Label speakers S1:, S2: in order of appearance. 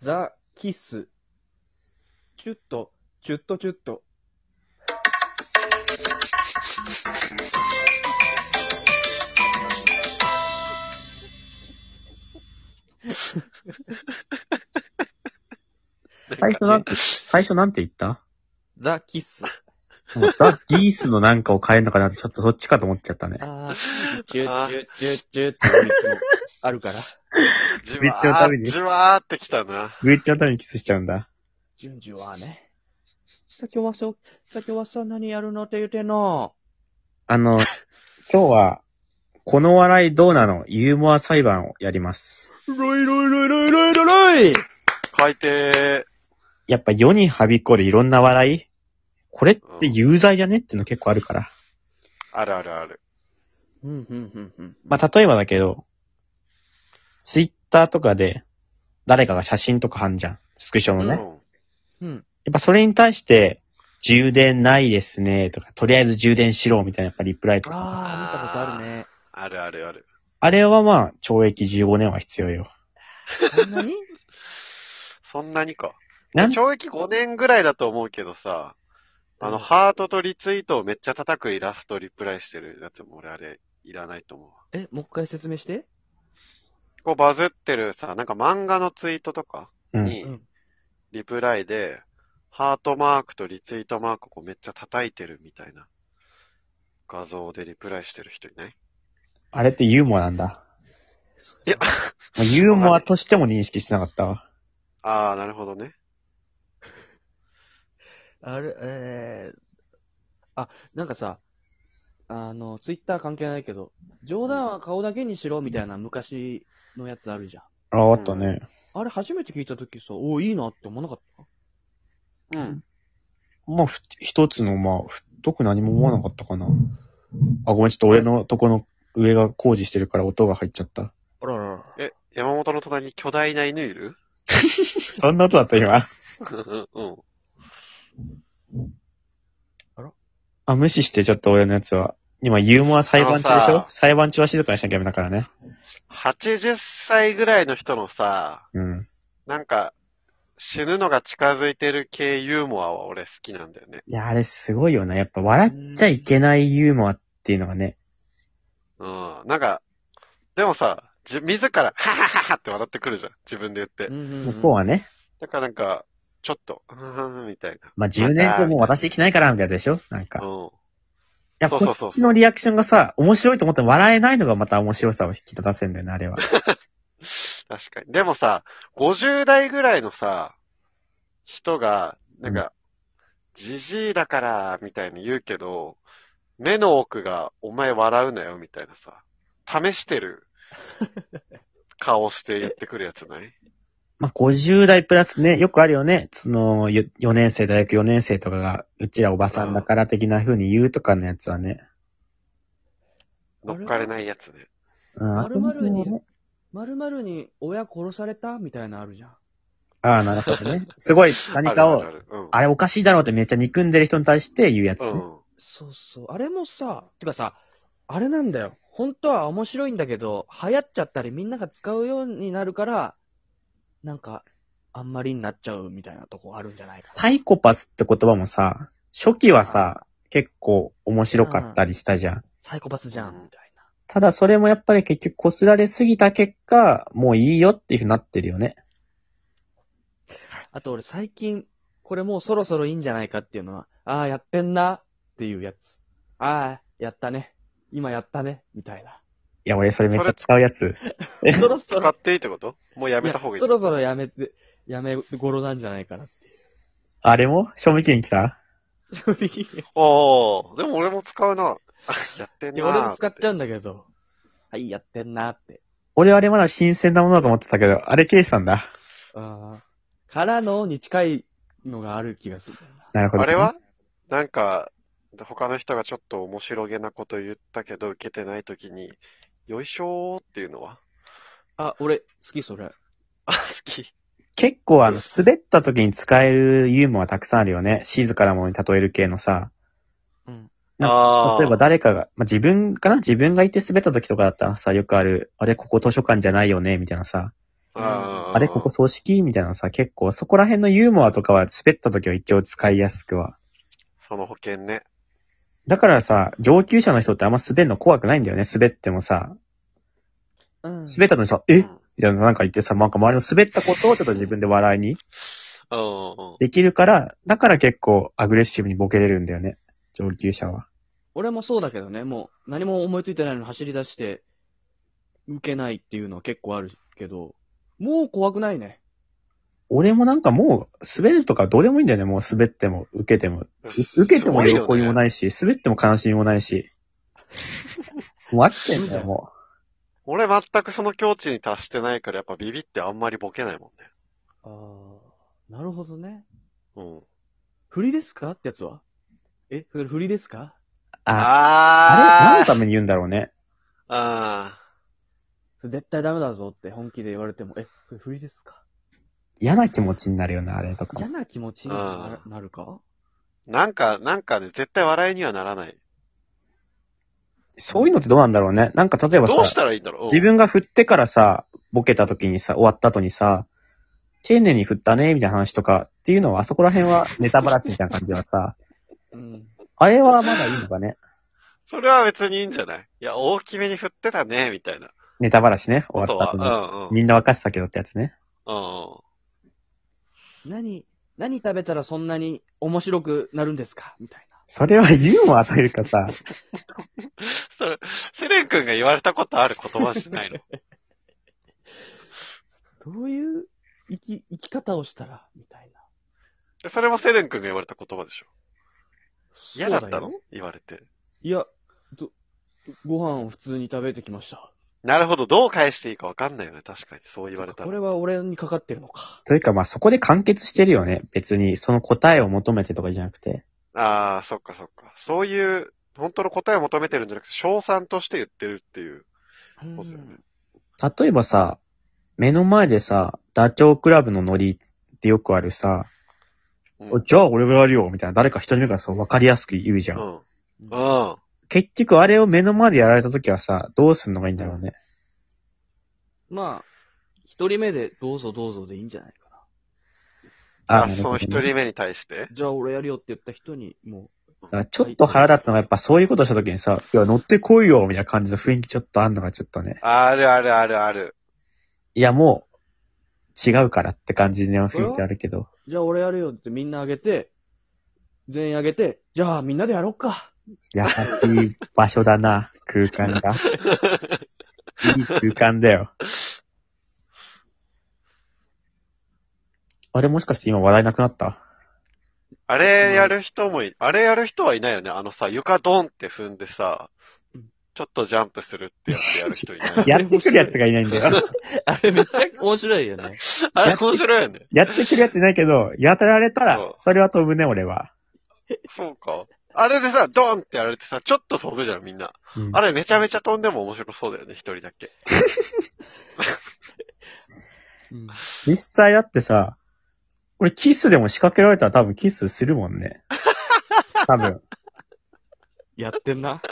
S1: ザ・キス。チュッと、チュッとチュッと。
S2: 最初なんて、最初なんて言った
S1: ザ・キス。
S2: もうザ・ギースのなんかを変えるのかなって、ちょっとそっちかと思っちゃったね。
S1: あー、チュッチュッチュッチュッっていつもあるから。
S3: じ
S2: めっ
S3: わ
S2: ちゃダメ
S3: ー、
S2: ね
S3: じわーってきたな。
S2: グイッチのためにキスしちゃうんだ。
S1: ジュンジュはね。さ今日はそ、さ今日はさ何やるのって言うてんの。
S2: あの、今日は、この笑いどうなのユーモア裁判をやります。
S1: ロイロイロイロイロイロイロイ
S3: 海底、
S2: やっぱ世にはびこるいろんな笑いこれって有罪じゃねっていうの結構あるから。
S3: あるあるある。
S1: うん、うん、うん、うん。
S2: まあ、例えばだけど、ツイッターとかで、誰かが写真とか貼んじゃん。スクショの
S3: う
S2: ね。やっ
S3: ん。
S1: うん。
S2: ぱそれに対して、充電ないですね、とか、とりあえず充電しろ、みたいなやっぱリプライとか。
S1: あー、見たことあるね。
S3: あるあるある。
S2: あれはまあ、懲役15年は必要よ。
S1: そんなに
S3: そんなにか。
S2: なん
S3: 懲役5年ぐらいだと思うけどさ、あの、ハートとリツイートをめっちゃ叩くイラストリプライしてるやつも俺あれ、いらないと思う。
S1: え、もう一回説明して。
S3: こうバズってるさ、なんか漫画のツイートとか
S2: うん。
S3: に、。リプライで、ハートマークとリツイートマークをこうめっちゃ叩いてるみたいな画像でリプライしてる人いない
S2: あれってユーモアなんだ。
S3: いや、
S2: まあユーモアとしても認識してなかったわ。
S3: あー、なるほどね。
S1: あれ、えー、あ、なんかさ、あの、ツイッター関係ないけど、冗談は顔だけにしろみたいな昔のやつあるじゃん。
S2: ああ、あったね。
S1: あれ初めて聞いたときさ、おいいなって思わなかっ
S3: うん。
S2: まあ、ふ一つの、まあ、ふ特に何も思わなかったかな。あ、ごめん、ちょっと俺のとこの上が工事してるから音が入っちゃった。
S1: たあららら。
S3: え、山本の隣に巨大な犬いる
S2: そんな音だった今。
S3: うん。
S2: あ、無視してちょっと俺のやつは。今、ユーモア裁判中でし
S3: あの
S2: ょ
S3: さ
S2: 裁判中は静かにしなきゃダメだからね。
S3: 80歳ぐらいの人のさ、
S2: うん。
S3: なんか、死ぬのが近づいてる系ユーモアは俺好きなんだよね。
S2: いや、あれすごいよな。やっぱ笑っちゃいけないユーモアっていうのがね。
S3: うん。なんか、でもさ、じ、自ら、ははははって笑ってくるじゃん。自分で言って
S1: う。んうん、う
S2: 向
S1: ん。
S2: こうはね、
S3: だからなんか、ちょっと、うーん、みたいな。
S2: まあ、10年後もう私生きないから、みたいなやつでしょなんか。
S3: うん。
S2: いや、
S3: そ
S2: こ
S3: うそうそう
S2: っちのリアクションがさ、面白いと思っても笑えないのがまた面白さを引き立たせるんだよね、あ れは。
S3: 確かに。でもさ、50代ぐらいのさ、人が、なんか、じじいだから、みたいに言うけど、目の奥が、お前笑うなよ、みたいなさ、試し てる顔して言ってくるや つない
S2: まあ、50代プラスね、よくあるよね。その、よ4年生、大学4年生とかが、うちらおばさんだから的な風に言うとかのやつはね。
S3: 乗っかれないやつね。
S2: うん、あそこもね
S1: 丸々にまるまるに親殺されたみたいなのあるじゃん。
S2: ああ、なるほどね。すごい何か
S3: あ
S2: を
S3: る、あるある
S2: あれおかしいだろうってめっちゃ憎んでる人に対して言うやつ
S3: う
S2: ね。
S3: ん。うん。
S1: そうそう。あれもさ、てかさ、あれなんだよ。本当は面白いんだけど、流行っちゃったりみんなが使うようになるから、なんか、あんまりになっちゃうみたいなとこあるんじゃないか
S2: サイコパスって言葉もさ、初期はさ、結構面白かったりしたじゃん。
S1: サイコパスじゃん、
S3: うん
S1: みたいな。
S2: ただそれもやっぱり結局こすられすぎた結果、もういいよっていう風になってるよね。
S1: あと俺最近、これもうそろそろいいんじゃないかっていうのは、ああ、やってんな、っていうやつ。ああ、やったね。今やったね、みたいな。
S2: いや、俺それめっちゃ使うやつ。
S1: そろそ
S3: 使
S1: ろ、
S3: っていいってこともうや
S1: い
S3: めた
S1: や
S3: 方がいい。
S1: そろそろやめて、やめ頃なんじゃないか な。
S2: あれも賞味期限来た
S3: おー、でも俺も使うな。 あやってん
S1: い
S3: な
S1: や、
S3: ー
S1: 俺も使っちゃうんだけど。はい、やってんなって。
S2: 俺あれまだ新鮮なものだと思ってたけど、あれケイさんだ。
S1: ああ。からのに近いのがある気がするんだよな。
S2: なるほど。
S3: あれはなんか、他の人がちょっと面白げなこと言ったけど、受けてないときに、よいしょーっていうのは
S1: あ、俺、好きそれ。
S3: あ、好き。
S2: 結構あの、滑った時に使えるユーモアたくさんあるよね。静かなものに例える系のさ。
S1: うん。
S2: なん
S3: あー
S2: 例えば、誰かが、まあ、自分かな自分がいて滑った時とかだったらさ、よくある、あれここ図書館じゃないよねみたいなさ。
S3: あー
S2: あれ、ここ葬式みたいなのさ、結構、そこら辺のユーモアとかは滑った時は一応使いやすくは。
S3: その保険ね。
S2: だからさ、上級者の人ってあんま滑るの怖くないんだよね。滑ってもさ、
S1: うん。
S2: 滑ったのにさ、え
S3: う
S2: み
S3: ん
S2: たいななんか言ってさ、なんか周りの滑ったことをちょっと自分で笑いに
S3: うんうんうん。
S2: できるから、だから結構アグレッシブにボケれるんだよね。上級者は。
S1: 俺もそうだけどね、もう何も思いついてないのに走り出して、受けないっていうのは結構あるけど、もう怖くないね。
S2: 俺もなんかもう、滑るとかどうでもいいんだよね。もう滑っても、受けても。う受けても喜びも
S3: い。
S2: ないし、滑っても悲しみもないし。もう飽きてんだよ、も
S3: 俺全くその境地に達してないから、やっぱビビってあんまりボケないも
S1: ああ、なるほどね。
S3: んね。うん。
S1: 振りですかってやつはえ、それ振りですか
S2: う。あ、あれ何の
S3: あー
S2: ために言うんだろうね。
S3: あ
S1: それ絶対ダメだぞって本気で言われても、え、それ振りですか
S2: 嫌な気持ちになるよね、あれとか
S1: 嫌。な気持ちにななるか
S3: ーなんか、なんかね、絶対笑いにはならない。
S2: そういうのってどうなんだろうね。なんか例えば
S3: どうし
S2: さ、
S3: たらいいんだろううん
S2: 自分が振ってからさ、ボケた時にさ、終わった後にさ、丁寧に振ったね、みたいな話とかっていうのは、あそこら辺はネタバラシみたいな感じは さ、
S1: うん。
S2: あれはまだいいのかね。
S3: それは別にいいんじゃないいや、大きめに振ってたね、みたいな
S2: ネタバラシね、終
S3: こ
S2: わ
S3: と
S2: った
S3: は。
S2: 後
S3: う
S2: に。
S3: んうん。
S2: みんな分かってたけどってやつね。
S3: うんうん。
S1: 何、何食べたらそんなに面白くなるんですかみたいな。
S2: それはユーモアというかさ、
S3: それ、セレン君が言われたことある言葉しな いの。
S1: どういう生き、生き方をしたらみたいな。
S3: それもセレン君が言われた言葉でしょ。嫌だった
S1: そう
S3: の
S1: よ
S3: 言われて。
S1: いや、どご飯を普通に食べてきました。
S3: なるほど、どう返していいかわかんないよね。確かに、そう言われた
S1: こ
S3: ら。
S1: れは俺にかかってるのか。
S2: というかまあそこで完結してるよね。別にその答えを求めてとかじゃなくて。
S3: ああ、そっかそっか。そういう、本当の答えを求めてるんじゃなくて、賞賛として言ってるっていう。
S1: うん
S3: そうですよね。
S2: 例えばさ、目の前でさ、ダチョウ倶楽部のノリってよくあるさ、
S3: うん。
S2: おじゃあ俺がやるよみたいな誰か一人目がそう分かりやすく言うじゃん。
S3: うん。うん。
S2: 結局あれを目の前でやられた時はさ、どうすんのがいいんだろうね。
S1: まあ、一人目でどうぞどうぞでいいんじゃないかな。
S2: な
S3: あ、
S2: る
S3: そ
S2: ほど
S3: の一
S2: ね
S3: 人目に対して
S1: じゃあ俺やるよって言った人に、も
S2: だからちょっと腹立ったのがやっぱそういうことした時にさ、いや乗ってこいよみたいな感じの雰囲気ちょっとあんのがちょっとね。
S3: あるあるあるある。
S2: いやもう、違うからって感じの雰囲気あるけど。
S1: う、じゃあ俺やるよってみんなあげて、全員あげて、じゃあみんなでやろうか。
S2: 優しい場所だな、空間が。いい空間だよ。あれもしかして今笑えなくなった
S3: あれやる人もい、あれやる人はいないよね。あのさ、床ドンって踏んでさ
S1: うん、
S3: ちょっとジャンプするってやってやる人いな い。
S2: やってくるやつがいないんだよ。
S1: あれめっちゃ面白いよね。
S3: あれ面白いよね。
S2: やってくるやついないけど、やたられた
S3: そう
S2: ら、それは飛ぶね、俺は。
S3: そうか。あれでさ、ドンってやられてさ、ちょっと飛ぶじゃん、みんな。
S2: うん
S3: あれめちゃめちゃ飛んでも面白そうだよね、一人だけ。
S1: うん、
S2: 実際だってさ、俺キスでも仕掛けられたら多分キスするもんね。多分。
S1: やってんな。